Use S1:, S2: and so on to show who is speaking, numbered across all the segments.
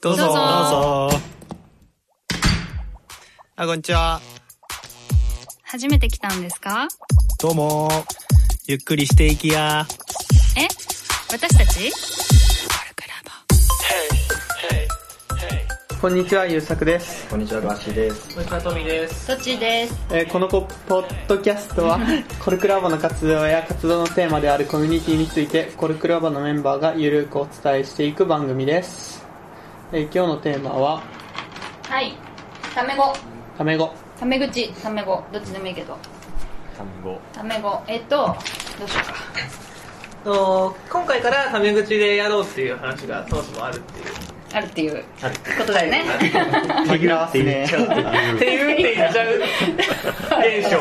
S1: どうぞ
S2: どうぞ
S1: あ、こんにちは。
S2: 初めて来たんですか
S1: どうもゆっくりしていきや。
S2: え私たち
S3: こんにちは、ゆうさくです。
S4: こんにちは、ガシです。
S5: どっちです。
S3: えーこのポポッドキャスト は、コルクラボの活動や活動のテーマであるコミュニティについて、コルクラボのメンバーがゆるくお伝えしていく番組です。えー今日のテーマは、
S5: はい。タメ語。
S3: タメ語。
S5: タメ口、タメ語。どっちでもいいけど。
S4: 単語。
S5: タメ語。えっと、どうしようか。
S6: の今回からタメ口でやろうっていう話がそもそもあるっていう。
S5: あるっていうことだよね。
S3: 紛らわすね。
S6: っていうって言っちゃう現象。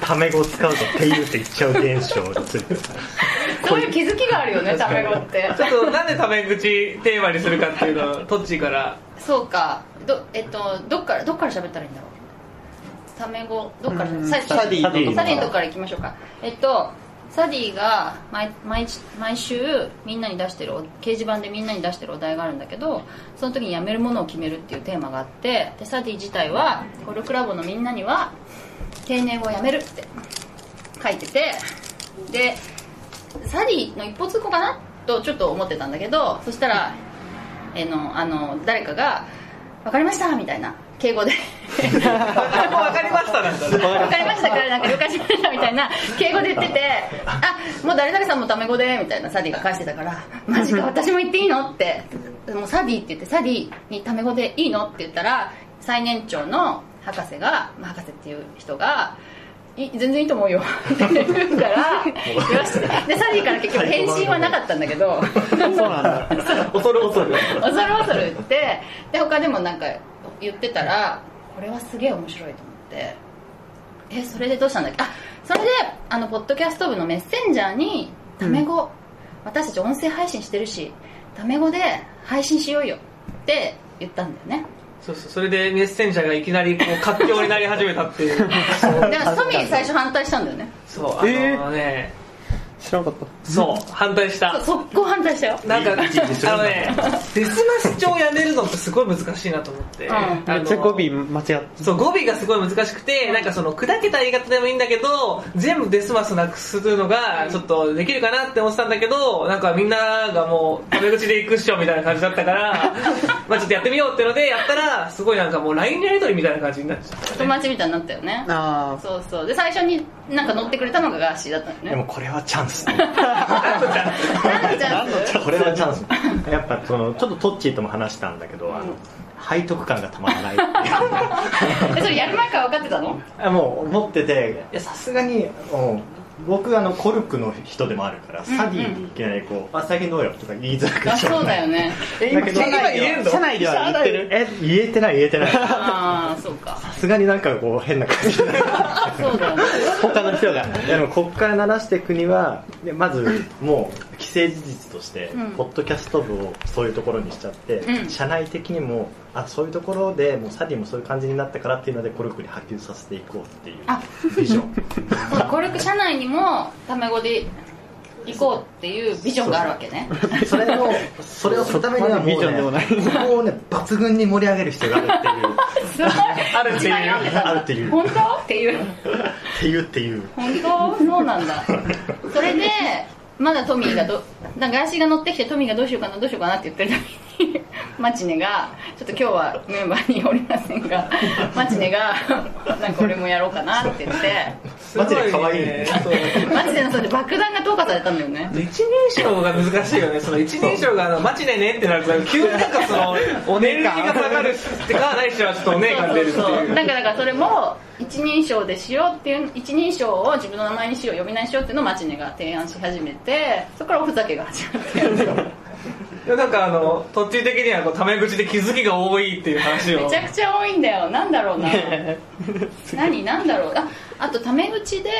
S4: タメ語を使うと、っていうって言っちゃう現象について。
S5: そういう気づきがあるよね、タメ語って。
S6: ちょっとなんでタメ口テーマにするかっていうのをトッチーから。
S5: そうか。ど、えっと、どっから、どっから喋ったらいいんだろう。タメ語、どっから
S3: うん、
S5: サ
S3: サディ
S5: サ
S3: の
S5: デ
S3: と
S5: ィ
S3: こ
S5: サディのとこから行きましょうか。えっと、サディが毎毎毎週みんなに出してるお掲示板でみんなに出してるお題があるんだけどその時にやめるものを決めるっていうテーマがあってでサディ自体はコルクラボのみんなには定年をやめるって書いててでサディの一歩通行かなとちょっと思ってたんだけどそしたらえーのあの誰かが「分かりました」みたいな敬語で
S6: あもうわかりましたなんだね。
S5: わかりましたからなんか了解しましたみたいな敬語で言ってて「あもう誰々さんもタメ語で」みたいなサディが返してたから「マジか私も言っていいの?」って「もうサディって言ってサディにタメ語でいいの?」って言ったら最年長の博士が、まあ、博士っていう人が「い全然いいと思うよ」って言うからよしでサディから結局返信はなかったんだけど
S3: そうなんだ。恐る恐る。
S5: 恐る恐る言ってで他でもなんか言ってたらこれはすげえ面白いと思ってえそれでどうしたんだっけあそれであのポッドキャスト部のメッセンジャーにタメ語、私たち音声配信してるしタメ語で配信しようよって言ったんだよね
S6: そうそう、それでメッセンジャーがいきなりこう活況になり始めたっていう。
S5: だからソミー最初反対したんだよね
S6: そう、あのね、
S3: 知らなかった。
S6: そう、反対した。
S5: そう速攻反対したよ
S6: なんか、あの
S4: いいですよ
S6: ね、デスマス調やめるのってすごい難しいなと思って。
S5: うん
S6: あの
S3: めっちゃ語尾間違って。
S6: そう、語尾がすごい難しくて、なんかその砕けた言い方でもいいんだけど、全部デスマスなくすのが、ちょっとできるかなって思ってたんだけど、なんかみんながもう、タメ口で行くっしょみたいな感じだったから、まあちょっとやってみようってので、やったら、すごいなんかもう LINE のやりとりみたいな感じになっちゃった、
S5: 友達みたいになったよね
S3: あー
S5: そうそうで最初になんか乗ってくれたのがガーシーだった よ
S4: で
S5: ね
S4: もこれはチャンス。
S5: なんでじゃん
S4: これはチャンス。やっぱその、ちょっとトッチーとも話したんだけど、あの、背徳感がたまらないっていう
S5: えそれやる前から分かってたの
S4: あもう思ってていやさすがにうん僕あのコルクの人でもあるから、サディにいきなりこう「あ先どうよ」とか言いづらく
S5: あ
S4: なっちゃ
S5: そうだよね
S4: えだけど
S6: 今言えんの
S4: 社内では言ってるえ言えてない言えてないさ
S5: ああそうか
S4: すがになんかこう変な感じになる
S5: そうだよね
S4: 他の人がいやでもこっから流していくにはでまずもう既成事実として、
S5: うん
S4: ポッドキャスト部をそういうところにしちゃって、
S5: うん
S4: 社内的にもあそういうところでもうサディもそういう感じになったからっていうのでコルクに波及させていこうっていう
S5: あ
S4: ビジョ ン
S5: そうだコルク社内にもタメ語で行こうっていうビジョンがあるわけね
S4: それを、それをするためにはもう、ね、
S3: ビジョンでもない
S4: そこをね、抜群に盛り上げる必要がある
S5: すごいあ
S4: るっていうあるっていう
S5: 本当っていう
S4: っていう、っていうっていう。
S5: 本当そうなんだそれでまだトミーがどなんかガーシーが乗ってきてトミーがどうしようかなどうしようかなって言ってる時にマチネがちょっと今日はメンバーにおりませんがマチネがなんか俺もやろうかなって言って
S6: すごい
S4: マジで可愛い
S6: ね
S4: ね
S6: そう
S5: マチネのそれで爆弾が投下されたんだよね
S6: 一人称が難しいよね。その一人称があの、マチねねってなると、急になんかその、お
S3: 姉
S6: 値
S3: 感
S6: 段が下がるってか、ないしはちょっとお姉が出るって
S5: そうそう
S6: い
S5: そうだ
S6: う。
S5: からだからそれも一人称でしようっていう一人称を自分の名前にしよう呼び名にしようっていうのをマチネが提案し始めてそこからおふざけが始まって
S6: いやなんかあの、途中的にはこうタメ口で気づきが多いっていう話を。
S5: めちゃくちゃ多いんだよなんだろうな 何なんだろうああとタメ口で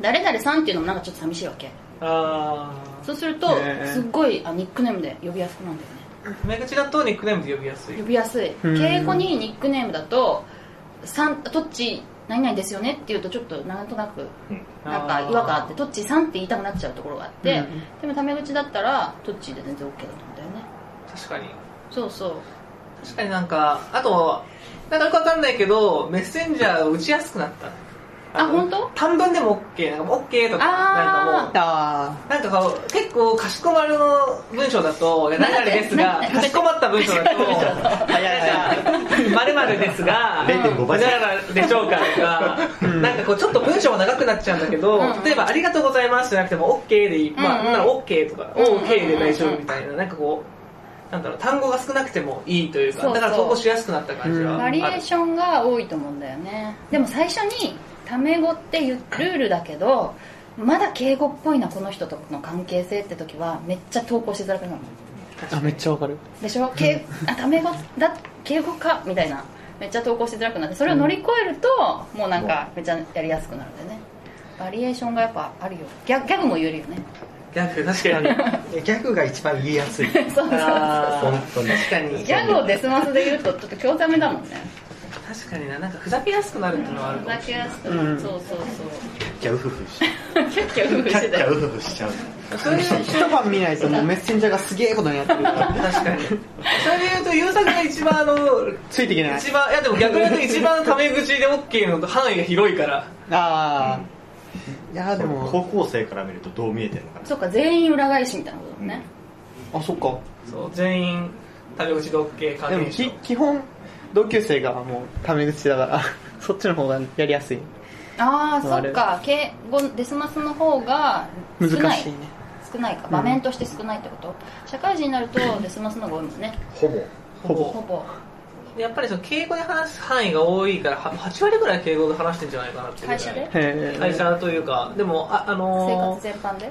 S5: 誰々さんっていうのもなんかちょっと寂しいわけ
S6: あ
S5: そうすると
S6: ね
S5: すっごいあニックネームで呼びやすくなるんだよね
S6: ータメ口だとニックネームで呼びやすい
S5: 呼。びやすい
S3: うん
S5: 敬語にニックネームだと「さんトッチ何々ですよね」って言うとちょっとなんとなく
S4: うん
S5: なんか違和感あって「トッチさん」って言いたくなっちゃうところがあって、でもタメ口だったら「トッチで全然 OK だと思うんだよね
S6: 確かに。
S5: そうそう
S6: 確かになんか、あと、なんかよくわかんないけど、メッセンジャーを打ちやすくなった。
S5: あ
S6: の
S5: 本当
S6: 短文でも OK、なんか OK とか、なんかもう、
S3: あ
S6: なんかこう、結構かしこまる文章だと、いや何々です が
S5: なんだ、って
S6: かしこまった文章だと、なんか、まるですが、
S4: 0.5倍
S6: うならでしょうかとか、なんかこう、ちょっと文章が長くなっちゃうんだけど
S5: うん、
S6: 例えば、ありがとうございますじゃなくても OK でいい、ま
S5: う
S6: あ、
S5: んうん
S6: なんなら OK とか、
S5: うんうんうん
S6: OK で大丈夫みたいな、なんかこう、なんだろう、単語が少なくてもいいという
S5: そう
S6: か、
S5: そう
S6: だから投稿しやすくなった感じは。
S3: うん
S5: バリエーションが多いと思うんだよねでも最初にタメ語って言うルールだけどまだ敬語っぽいなこの人との関係性って時はめっちゃ投稿しづらくなる
S3: ーあめっちゃわかる
S5: でしょ敬あタメ語だ敬語かみたいなめっちゃ投稿しづらくなってそれを乗り越えると、もうなんかめっちゃやりやすくなるんだよねバリエーションがやっぱあるよギャギャグも言えるよね
S6: ギャグ、確かに。
S4: ギャグが一番言いやすい。
S5: そうそう
S6: あ
S4: 本当に。
S6: 確かに。
S5: ギャグをデスマスで言うとちょっと興ざめだもんね
S6: 確かにな、なんかふざけやすくなるっていうのはある
S5: ふ
S6: か
S5: ざ
S6: もし
S5: け
S6: れない
S5: や。すく
S3: うん
S5: そうそう
S4: キャッキャウフフしちゃ
S5: そう キャッキャウフ
S4: う。
S5: フ
S4: キャ
S5: して
S4: ッキ
S5: た
S4: ャウフフしちゃう。
S6: そういう
S3: 一晩見ないともうメッセンジャーがすげえことになってるから
S6: 確かに。それで言うと、優作が一番あの、
S3: ついていけない
S6: 一番、いやでも逆に言うと一番タメ口で OK の範囲が広いから。
S3: ああいやでも
S4: 高校生から見るとどう見えてるのかな。
S5: そっか全員裏返しみたいなことだもんね、
S3: あそっか
S6: そう、全員、タメ口で OK 加
S3: でも
S6: 減し
S3: き
S6: よう
S3: 基本同級生がもうタメ口だからそっちの方がやりやすい
S5: ああ
S3: まああ
S5: そ
S3: れ
S5: っか敬語デスマスの方が少
S3: 難
S5: ない
S3: しいね
S5: 少ないか場面として少ないってこと、社会人になるとデスマスの方が多いもんね
S4: ほぼ。
S6: ほ
S5: ほ
S6: ぼ。
S5: ぼ
S6: やっぱりその敬語で話す範囲が多いから、は8割ぐらい敬語で話してんじゃないかなっていうぐらい。
S5: 会社で
S3: へ
S6: 会社というか、でも、あ、あ
S5: 生
S6: の
S5: 活全般で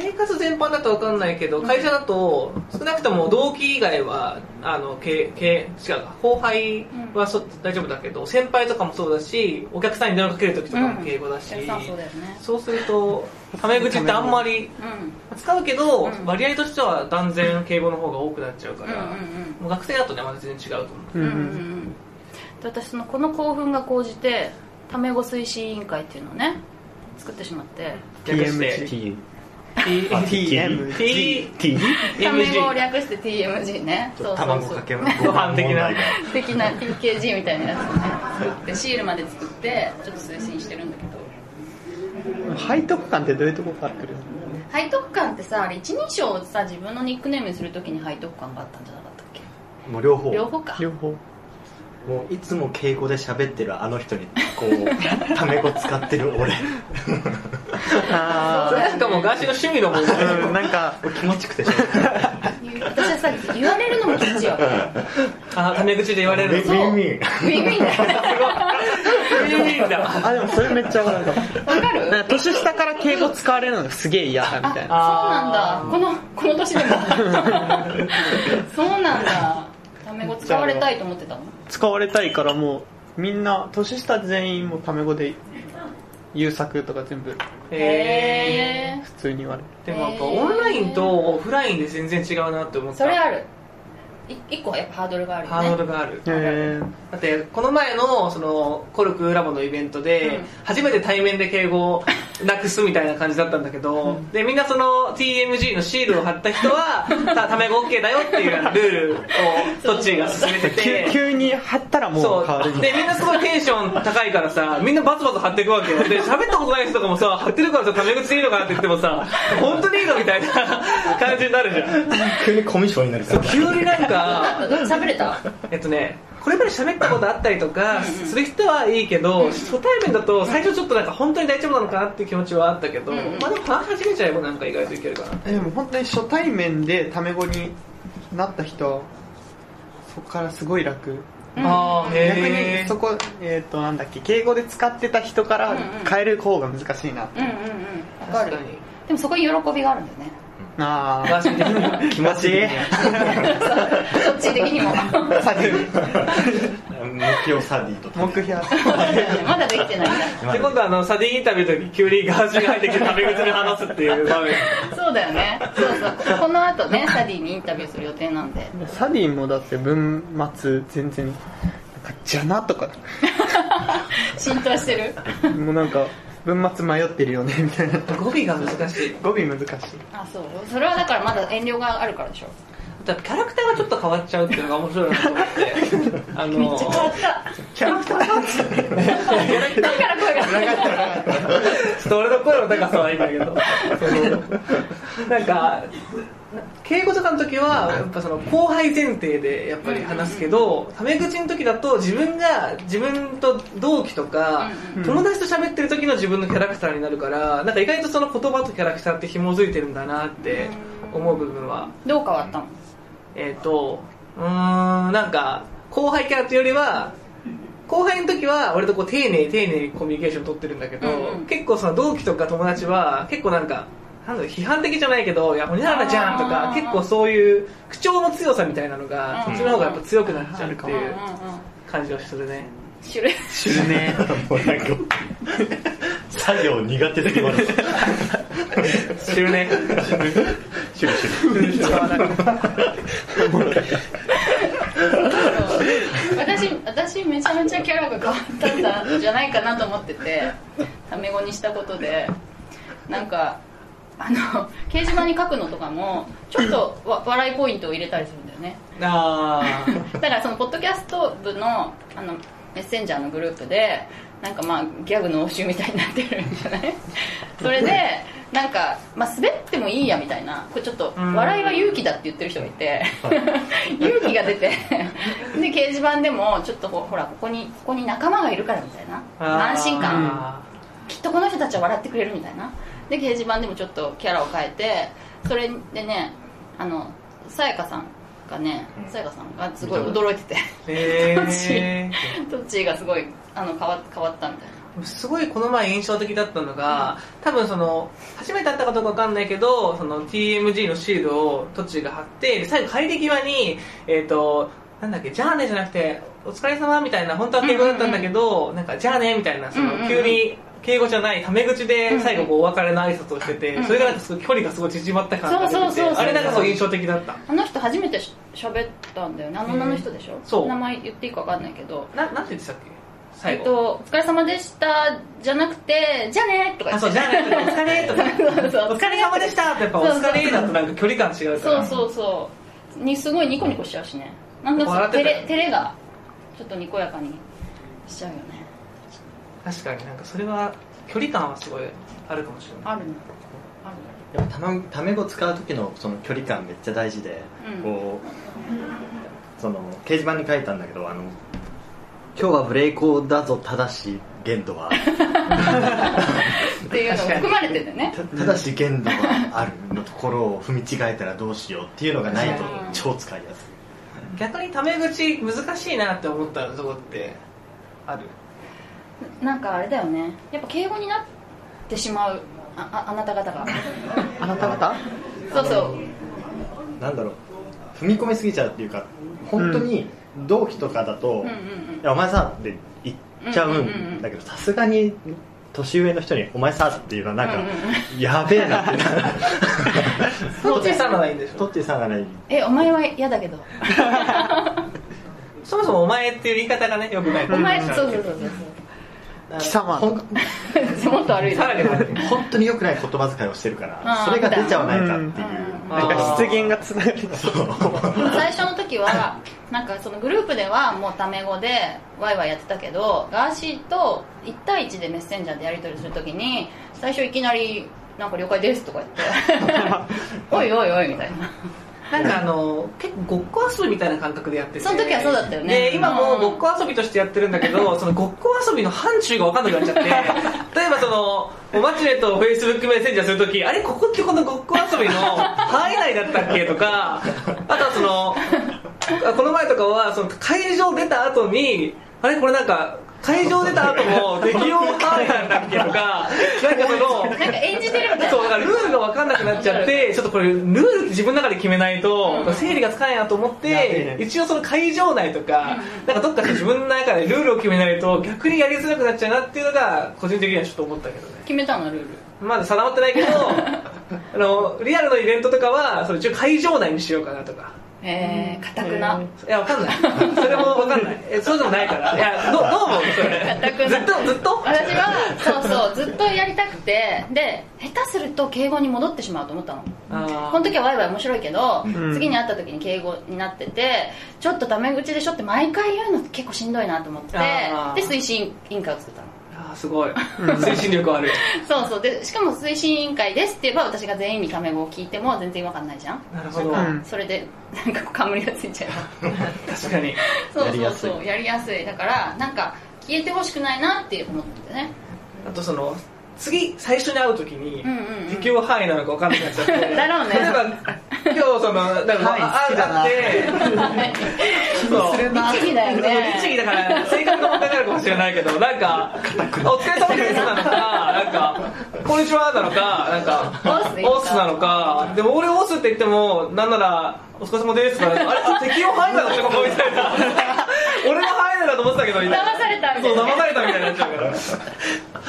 S6: 生活全般だと分かんないけど、会社だと、少なくとも同期以外は、あの、け、け、違うか、後輩はそ、大丈夫だけど、先輩とかもそうだし、お客さんに電話かけるときとかも敬語だし、
S5: うん、そうそうだよね
S6: そうすると、タメ口ってあんまり
S5: うん
S6: 使うけど、
S5: うん
S6: 割合としては断然敬語の方が多くなっちゃうから、
S5: うんうんうん
S6: もう学生だとね、また全然違うと思う。
S3: う
S5: うん
S3: ん
S5: う
S3: うん
S5: うん
S3: ん
S5: で私そのこの興奮が高じてタメ語推進委員会っていうのをね作ってしまって
S6: 略し
S4: T。
S6: て T-
S3: TM
S6: T-
S4: T。
S5: タメ語を
S6: TMG
S5: 略して TMG ね
S4: ちょっと卵かけご
S6: 飯的な
S5: 的な TKG みたいなやつをね作ってシールまで作ってちょっと推進してるんだけど
S3: 背徳感ってどういうとこから来る
S5: 背徳感ってさあれ一人称をさ自分のニックネームにするときに背徳感があったんじゃなかったっ
S4: もう両方
S5: け両方か
S3: 両方
S4: もういつも敬語で喋ってるあの人にこうタメ語使ってる俺
S3: あ
S6: それなんかもうガーシーの趣味の問題。
S3: あうんなんか
S4: 気持ちくてしょうがない
S5: 私はさ言われるのも気持ちいいよ
S6: あ、タメ口で言われる
S4: ウ
S6: の。
S4: ィンウィン
S5: 耳にね
S6: いいんだ。
S3: あでもそれめっちゃわかるかも
S5: わか
S3: な
S5: る
S3: んか年下から敬語使われるのがすげえ嫌だみたいな
S5: あそ
S6: あ
S5: うなんだこのこの年で もそうなんだタメ語使われたいと思ってたの
S3: 使われたいからもうみんな年下全員もうタメ語で優作とか全部
S6: へ
S5: へえ
S3: 普通に言われる
S6: ー。でもやっぱオンラインとオフラインで全然違うなって思った。
S5: それあるい一個はやっぱハードルがある
S6: ハ
S5: よ
S6: ード
S5: ね
S6: ルがある。
S3: へ
S6: だって、この前の、その、コルクラボのイベントで
S5: うん、
S6: 初めて対面で敬語をなくすみたいな感じだったんだけど、で、みんなその TMG のシールを貼った人は、たタメ語 OK だよっていうルールを、トッチーが進めて
S3: え急
S6: て、
S3: 急に貼ったらもう
S6: そ
S3: 変わる
S6: う。
S3: みた
S6: で、
S3: い
S6: みんなすごいテンション高いからさ、みんなバツバツ貼っていくわけよ。で、喋ったことない人とかもさ、貼ってるからさ、タメ口でいいのかなって言ってもさ、本当にいいのみたいな感じになるじゃん。
S4: 急にコミュ障になるから
S6: 急になんか、
S5: 喋れた
S6: えっとね、これまで喋ったことあったりとかする人はいいけど、初対面だと最初ちょっとなんか本当に大丈夫なのかなっていう気持ちはあったけど、
S5: うんうん
S6: まあでも話し始めちゃえばなんか意外といけるかな。
S3: なでも本当に初対面でタメ語になった人はそこからすごい楽
S6: ああ、
S3: 逆にそこえっ、となんだっけ敬語で使ってた人から変える方が難しいな、
S5: うんうんうんわか
S6: 確
S5: る
S6: かに。
S5: でもそこに喜びがあるんだよね
S3: あ
S6: マ
S3: あ
S6: ジで。
S3: 気持ちいい
S5: そっち的にも
S3: さて
S4: 目標サディと
S3: 目標
S5: まだできてないんだ
S6: ってことはあの、サディインタビューの時急にガーシーが入ってきてタメ口で話すっていう場面。
S5: そうだよねそうそうこの後ねサディにインタビューする予定なんで
S3: サディもだって文末全然なんか邪魔とか
S5: 浸透してる
S3: もうなんか文末迷ってるよねみたいな
S6: 語尾が難しい。
S3: 語尾難しい
S5: あそうそれはだからまだ遠慮があるからでしょ
S6: あとキャラクターがちょっと変わっちゃうっていうのが面白いなと思ってあの
S4: キャラクター
S5: だから声が
S4: なかったな
S6: ちょっと俺の声の高さはいいんだけどそのなんか敬語とかの時はやっぱその後輩前提でやっぱり話すけどタメ口の時だと自分が自分と同期とか
S3: うんうん
S6: 友達と喋ってる時の自分のキャラクターになるからなんか意外とその言葉とキャラクターって紐づいてるんだなって思う部分は
S5: どう変わったの
S6: えっ、とうーんなんか後輩キャラというよりは後輩の時は割とこう丁寧に丁寧にコミュニケーション取ってるんだけど、
S5: うんうん
S6: 結構その同期とか友達は結構なんかなんだろう批判的じゃないけど「いやほにゃららじゃん」と
S5: あ
S6: か
S5: ー
S6: 結構そういう口調の強さみたいなのが
S5: う
S6: そ
S5: ん
S6: っちの方がやっぱ強くなっちゃうって
S5: うんう
S6: いう
S5: う
S6: ん
S5: ん
S6: 感じはするね
S5: 種類
S3: 知るね。
S4: もうなんか作業苦手すぎます
S6: 知る ね
S4: シュルシュル
S5: 私私めちゃめちゃキャラが変わったんだじゃないかなと思っててタメ語にしたことでなんかあの掲示板に書くのとかもちょっとわ笑いポイントを入れたりするんだよね
S6: あー
S5: だからそのポッドキャスト部のあのメッセンジャーのグループでなんかまあギャグの応酬みたいになってるんじゃ ないそれでなんか、まあ、滑ってもいいやみたいなこれちょっと
S6: うん
S5: 笑いは勇気だって言ってる人がいて勇気が出てで掲示板でもちょっとほほらここにここに仲間がいるからみたいな
S6: あー
S5: 安心感きっとこの人たちは笑ってくれるみたいなで掲示板でもちょっとキャラを変えてそれでねあのさやかさんがね
S4: うん
S5: さやかさんがすごい驚いてて
S6: え
S5: 楽しい
S6: ー
S5: どっちがすごいあの変わ変わったみたいな
S6: すごいこの前印象的だったのが、多分その、初めて会ったかどうかわかんないけど、その TMG のシールをトッチーが貼って、で最後帰り際に、えっ、と、なんだっけ、じゃあねじゃなくて、お疲れ様みたいな、本当は敬語だったんだけど、なんか、じゃあねみたいな、そ
S5: うんうんう
S6: の、
S5: ん
S6: 急に、敬語じゃない、タメ口で最後こうお別れの挨拶をしてて、
S5: うん
S6: それがなんかすごい距離がすごい縮まった感じ
S5: そうそ
S6: が
S5: う
S6: 出て
S5: そう
S6: て、
S5: そう
S6: あれなんかそう印象的だった。
S5: あの人初めてし喋ったんだよねあの女の人でしょ、
S6: そう
S5: 名前言っていいか分かんないけど
S6: な、なんて言ってたっけ
S5: え
S6: 最後。
S5: っと、お疲れ様でしたじゃなくてじゃあねとか言
S6: あ、
S5: って
S6: そう、じゃあねとか、お疲れと か。
S5: そうそう
S6: お疲れ様でしたってやっぱお疲れだとなんか距離感違うか
S5: そ
S6: ら
S5: うそうそうにすごいニコニコしちゃうしねなん
S6: 笑
S5: か
S6: っ
S5: 照
S6: てたよ
S5: れ照れがちょっとにこやかにしちゃうよね
S6: 確かになんかそれは距離感はすごいあるかもしれない
S5: あるのあるの
S4: やっぱタメタメ語使う時のその距離感めっちゃ大事で、
S5: うん
S4: こうその掲示板に書いたんだけどあの今日はブレイクだぞただし限度は
S5: っていうのも含まれててね
S4: たただし限度はあるのところを踏み違えたらどうしようっていうのがないと
S5: うん
S4: 超使いやす
S6: 逆にタメ口難しいなって思ったとこってある
S5: なんかあれだよねやっぱ敬語になってしまうあああなた方が
S3: あなた方
S5: そうそう
S4: いなんだろう踏み込みすぎちゃうっていうか本当に同期とかだと、
S5: うんうん
S4: いやお前さって言っちゃう
S5: うんうんうんうん
S4: んだけどさすがに年上の人に「お前さ」っていうのはなんか、
S5: うんうん
S4: やべえなってなる
S6: そっちさんがないんでしょ
S4: トッチーさんがね
S5: えお前は嫌だけど
S6: そもそもお前っていう言い方がねよくない
S5: お前そうそうそう
S3: 貴様 とか。
S5: そうもっと悪い
S6: さらに悪い
S4: 本当に良くない言葉遣いをしてるから
S5: あー
S4: それが出ちゃわないかっていう
S5: うん
S3: なんか失言がつながり
S4: そう
S5: 最初の時はなんかそのグループではもうタメ語でワイワイやってたけどガーシーと1対1でメッセンジャーでやり取りする時に最初いきなり「なんか了解です」とか言って「おいおいおい」みたいな
S6: なんかあの結構ごっこ遊びみたいな感覚でやってて
S5: その時はそうだったよね
S6: で今もうごっこ遊びとしてやってるんだ けどそのごっこ遊びの範疇が分かんなくなっちゃって例えばそのおまちねとフェイスブックメッセンジャーする時あれここってこのごっこ遊びの範囲内だったっけとかあとはそのあこの前とかはその会場出た後にあれこれなんか会場出た後も適用範囲なんだっけとかなんかその
S5: なんか演じてるみたい
S6: そう
S5: な
S6: だからルールが分かんなくなっちゃってちょっとこれルール自分の中で決めないと整理がつかないなと思っ
S3: やべ
S6: て
S3: え
S6: 一応その会場内とかなんかどっかで自分の中でルールを決めないと逆にやりづらくなっちゃうなっていうのが個人的にはちょっと思ったけどね
S5: 決めたのルール
S6: まだ定まってないけどあのリアルのイベントとかはそれ一応会場内にしようかなとか
S5: えー、かたくな。
S6: いや、わかんない。それもわかんない。え、そうでもないから。いや、どう、どう思うそ
S5: 全く
S6: れ。ずっと、ずっと
S5: 私は、そうそう、ずっとやりたくて、で、下手すると敬語に戻ってしまうと思ったの。
S6: あ
S5: この
S6: ー
S5: 時はワイワイ面白いけど、
S3: ん
S5: 次に会った時に敬語になっててちょっとタメ口でしょって毎回言うの結構しんどいなと思ってで
S6: あー
S5: 推進委員会を作ったの
S6: あー、すごい。推進力ある。
S5: そうそうでしかも推進委員会ですって言えば私が全員にタメ語を聞いても全然違和感ないじゃん
S6: なるほど。
S3: うん
S5: それでなんかこう冠がついちゃう
S6: 確かに。
S5: そう
S4: やり
S5: そう
S4: やすい
S5: そうやりやすいだからなんか消えてほしくないなって思ってね
S6: あとその、次、最初に会う時に
S5: うんうんうん、
S6: 適応範囲なのかわかんなくなっちゃって。
S5: だろうね
S6: 例えば、今日その、なんか、
S3: 範囲好きだな
S6: 会う 会って、そう。
S5: 好きだよ
S6: 律儀だから性格の問題になるかもしれないけどなんか「お疲れ様です」なのかなんか「こんにちは」なのかなんか
S5: オスでいいか
S6: オスなのかでも俺オスって言ってもなんなら「お疲れ様です」とかあれ適用範囲なのってここみた いな俺の範囲内だと思ってたけど騙
S5: 騙されたみた
S6: そ
S5: いうな
S6: 騙されたみたいになっちゃうか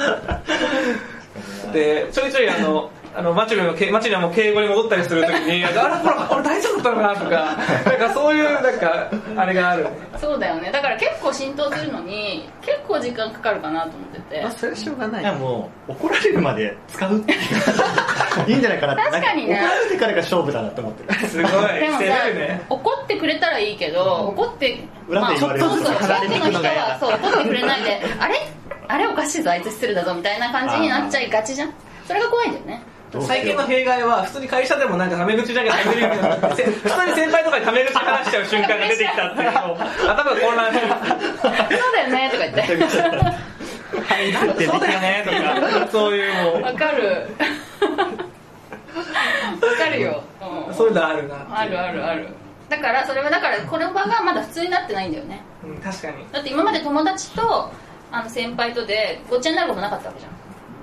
S6: らでちょいちょいあのあのマチュルのけマチュルはもう敬語に戻ったりするときに「あれほら俺大丈夫だったのかな」とかなんかそういうなんかあれがある
S5: そうだよねだから結構浸透するのに結構時間かかるかなと思ってて
S3: まあ、それはしょうがないい。
S4: やもう怒られるまで使うっていういいんじゃないかなって
S5: 確かにね
S4: なん怒られてからが勝負だなと思ってる
S6: すごい
S5: でも
S6: 攻
S5: さ、
S6: めるね
S5: 怒ってくれたらいいけど怒って
S4: 裏で言われる
S5: まあ、そうそう
S4: ちょっと離れていくのが嫌だ
S5: 近くの人はそう怒ってくれないで あれあれおかしいぞあいつ失礼だぞみたいな感じになっちゃいがちじゃんそれが怖いんだよね
S4: どうしよう
S6: 最近の弊害は普通に会社でもなんかタメ口だけどタメ口せ普通に先輩とかにタメ口話しちゃう瞬間が出てきたっていうのを頭が混乱して
S5: そうだよねとか言って
S6: るそうだよねとかそういうも
S5: わかるわかるよ、う
S6: うんそういうのあるな
S5: あるあるあるだからそれはだからこの場がまだ普通になってないんだよね
S6: うん確かに
S5: だって今まで友達とあの先輩とでごっちゃになることなかったわけじゃん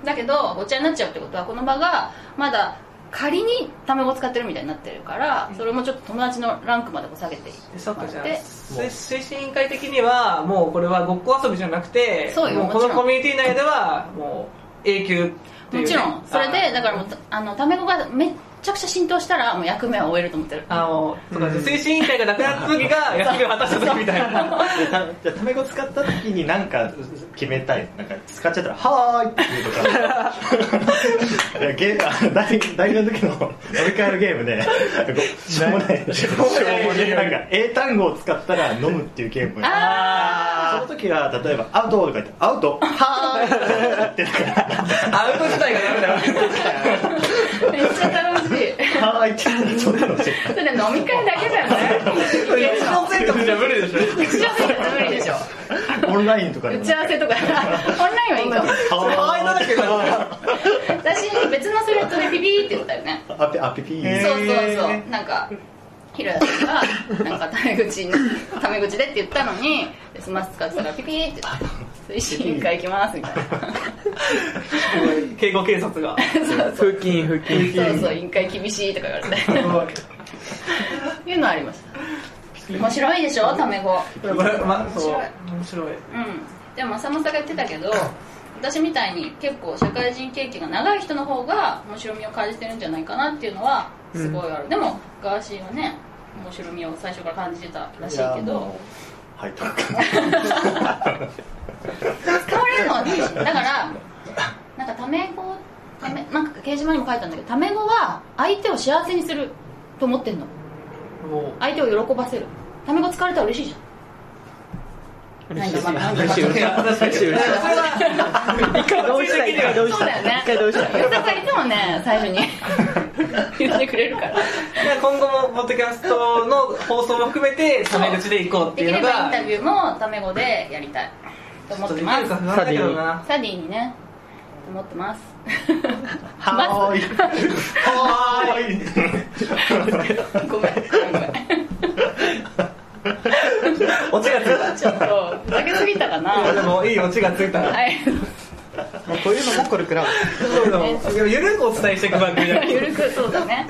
S5: だけどごっちゃになっちゃうってことはこの場がまだ仮にタメ語使ってるみたいになってるからそれもちょっと友達のランクまでこう下げていって
S6: そっかじゃあ
S5: で
S6: 推推進委員会的にはもうこれはごっこ遊びじゃなくて
S5: そうよ
S6: もうこの
S5: もちろん
S6: コミュニティ内ではもう永久ってい
S5: も
S6: うね
S5: ちろんそれでだからもう
S6: あ
S5: あのタメ語がめっちゃくちゃ浸透したらもう役目は終えると思ってる
S6: あのそうかじゃあ推進委員会がなくなった時が役目を果たした時みたいな
S4: でたじゃあタメ語使った時に何か決めたいなんか使っちゃったら「はーい」って言うとかいやゲーあの大大学の時の飲み会のゲームでごしょうもないしょうもないなんか英単語を使ったら飲むっていうゲームその時は例えば「アウト」とか言って「アウト」「はーい」って言ってたから
S6: アウト自体がダメだよ
S5: めっちゃ楽しい
S4: 「はーい」って言ったらちょっと楽しい
S5: それで飲み会だけだよ ね
S6: 日常生活じゃ無理でし ょ
S5: 日常生活無理でしょ
S4: オンラインとかで
S5: 打
S4: も
S5: ち合わせとか オンラインはいいかも
S4: はーい
S6: だけど
S5: 私別のスレッドでピピーって言ったよね
S4: あピあピピー
S5: そうそうそうなんかひろやさんがなんかタメ口にタメ口でって言ったのにスマス使ってたからピピーって言って推進委員会行きますみたいな
S6: 警護警察が
S3: 腹筋、腹筋。
S5: そうそう委員会厳しいとか言われていうのありました面白いでしょタメ語
S6: これまそ
S5: 面白
S6: う
S5: い
S6: 面白い
S5: うんでも浅間さんが言ってたけど私みたいに結構社会人経験が長い人の方が面白みを感じてるんじゃないかなっていうのはすごいある、でもガーシーはね面白みを最初から感じてたらしいけど
S4: はいとか
S5: 使われるのは大事だからなんかタメ語タメなんか掲示板にも書いたんだけどタメ語は相手を幸せにすると思ってんの
S6: も
S5: 相手を喜ばせるタメ語使われたら嬉しいじゃんなんかまあなんかま
S3: 嬉
S5: あ
S3: しい、 嬉しい。嬉しい、嬉しい。一回どうしたい、一回どうし
S5: そうだ
S3: た
S5: よ
S3: い。
S5: ね
S3: 一回どうしたい。
S5: 吉田さんいつもね最 初に言ってくれるから
S6: ういや今後もポッドキャストの放送も含めてタメ口で行こうって
S5: で
S6: い
S5: き
S6: う
S5: れ
S6: の
S5: ばイン
S6: が
S5: タビューもタメ語でやりたいと思
S6: ちょ
S5: って
S6: っとでき
S5: ま
S6: る
S5: す
S6: か不安だけどな
S5: サディにね思ってます
S4: はーいはーい
S5: ごめんごめんごめん
S6: オチがついた
S5: ちょっとふざけすぎたかな
S6: いやで
S5: は
S6: もいいオチがついたら
S5: い
S3: もうこういうのもこれくらい。
S6: そうだもんでもゆるくお伝えしていく番組 だ
S5: ゆるくそうだね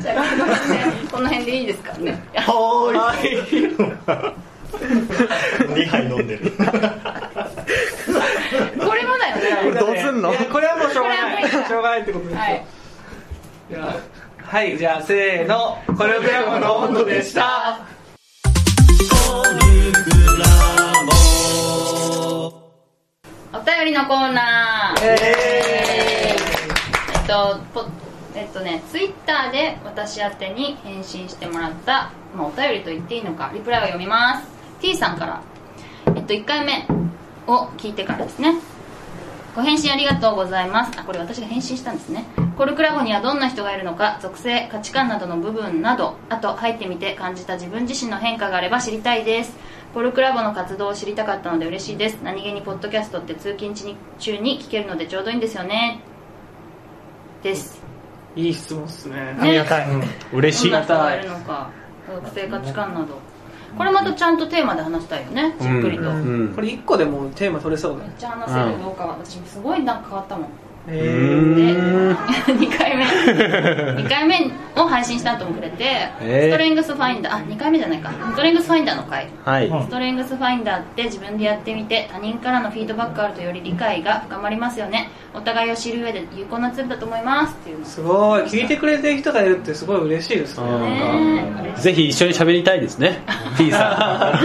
S5: じゃあ今日はねこの辺でいいですかね
S4: は
S6: は
S4: ーい
S6: い
S4: 2杯飲んでる
S5: これもだよね
S3: どうすんの
S6: いやこれはもうしょうがない
S5: これは無理だ
S6: しょうがないってことですよ
S5: はい
S6: いやはい、じゃあせーの、コルクラボの温度でした。
S5: お便りのコーナーえっとポえっとねツイッターで私宛てに返信してもらった、まあ、お便りと言っていいのかリプライを読みます T さんから、えっと、1回目を聞いてからですねご返信ありがとうございますあこれ私が返信したんですねコルクラボにはどんな人がいるのか属性価値観などの部分などあと入ってみて感じた自分自身の変化があれば知りたいですコルクラボの活動を知りたかったので嬉しいです何気にポッドキャストって通勤中に聞けるのでちょうどいいんですよねです
S6: いい質問っすね
S5: ありが
S6: たい。
S1: 嬉し
S5: どん
S1: い
S5: な。人がいるのか属性価値観などこれまたちゃんとテーマで話したいよねじっくりと、
S1: う
S5: めっ
S1: ん
S6: こ。れ一個でもテーマ取れそうだね。
S5: ちゃ話せるかどうかは私もすごいなんか変わったもん
S1: う
S5: で
S1: ーん
S5: 2回目2 回目を配信した後もくれて、
S1: えー
S5: ストレングスファインダーあ2回目じゃないかストレングスファインダーの回
S1: はい。
S5: ストレングスファインダーって自分でやってみて他人からのフィードバックあるとより理解が深まりますよねお互いを知る上で有効なツールだと思いますっていうの
S6: すごい、聞いてくれてる人がいるってすごい嬉しいですね。
S5: ね
S1: ぜひ一緒に喋りたいで すね。T さ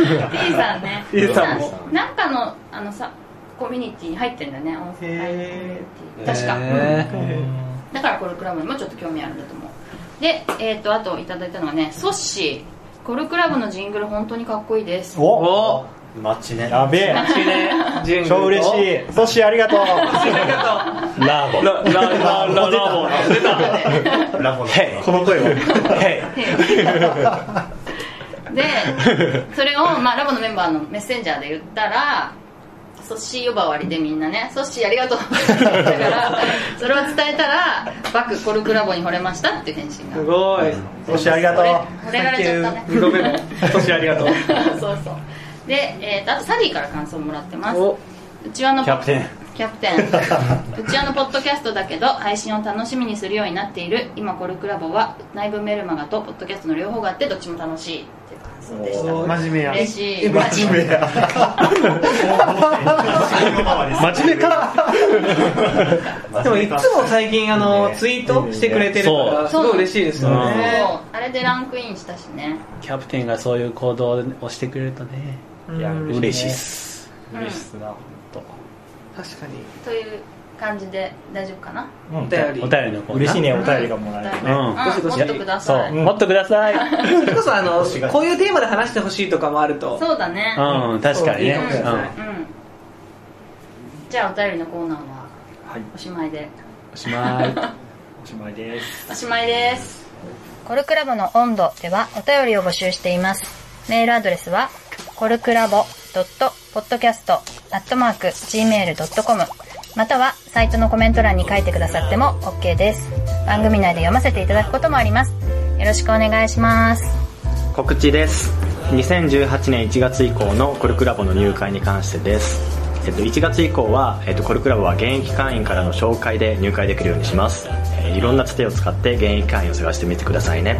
S5: T さんね
S6: T さんも
S5: なんかのあのさコミュニティに入ってるんだよね音声配信コミュニティ
S1: ん。
S5: 確か、
S1: へ
S5: だからコルクラブにもちょっと興味あるんだと思うで、えっとあといただいたのがねソッシーコルクラブのジングル本当にかっこいいです
S1: お
S4: マッチね
S1: やべえ。
S6: 嬉しいね。ジェン
S1: 超嬉し
S6: い。
S1: い。ソシありがとう。
S6: ありが
S1: ラボ。ラララララボ。
S4: ラボの
S1: へい
S4: この声を
S1: へ
S5: でそれを、まあ、ラボのメンバーのメッセンジャーで言ったらソッシー呼ばわりでみんなねソッシーありがとうって言ったからそれを伝えたらバクコルクラボに惚れましたっていう返信
S6: と
S5: が
S6: う。すごい。
S4: そしてありがとう
S5: 惚れられちゃったね
S6: 二度目の。
S4: 年ありがとう
S5: そうそうで、えーとあとサディから感想もらってます
S6: お
S5: うちわの
S1: キャプテン。
S5: キャプテンうちわのポッドキャストだけど配信を楽しみにするようになっている今コルクラボは内部メルマガとポッドキャストの両方があってどっちも楽しいっていう感想でした
S6: お
S3: 真面目や
S5: 嬉しい
S4: 真面目や
S1: 真面目か。
S6: でもいつも最近あのツイートしてくれてるからす
S5: そう
S6: ごい嬉しいですよね。
S5: そうあれでランクインしたしね
S1: キャプテンがそういう行動をしてくれるとね、
S6: うん
S1: 嬉しいっす。
S5: 嬉しいっ
S1: すな、ほんと。
S6: 確かに。
S5: という感じで大丈夫かな
S6: お便り。
S1: お便りのコーナー。嬉しいね。
S5: お便りがもらえるねうん
S6: どしどし
S5: もっとくだ
S1: そ
S5: さ
S1: う。
S5: い
S1: もっとくだ さい。
S6: それこそあの、こういうテーマで話してほしいとかもあると。
S5: そうだね
S1: うん、確か
S6: そういいかも
S1: にね。
S6: しれない
S1: う
S5: う
S1: ん
S5: んじゃあお便りのコーナーはおしまいで
S1: おしまい。
S4: おしまいです
S5: おしまいですコルクラボの温度ではお便りを募集していますメールアドレスはコルクラボ .podcast.gmail.com またはサイトのコメント欄に書いてくださっても OK です番組内で読ませていただくこともありますよろしくお願いします
S7: 告知です2018年1月以降のコルクラボの入会に関してです、えっと、1月以降は、えっと、コルクラボは現役会員からの紹介で入会できるようにします、えーいろんなツテを使って現役会員を探してみてくださいね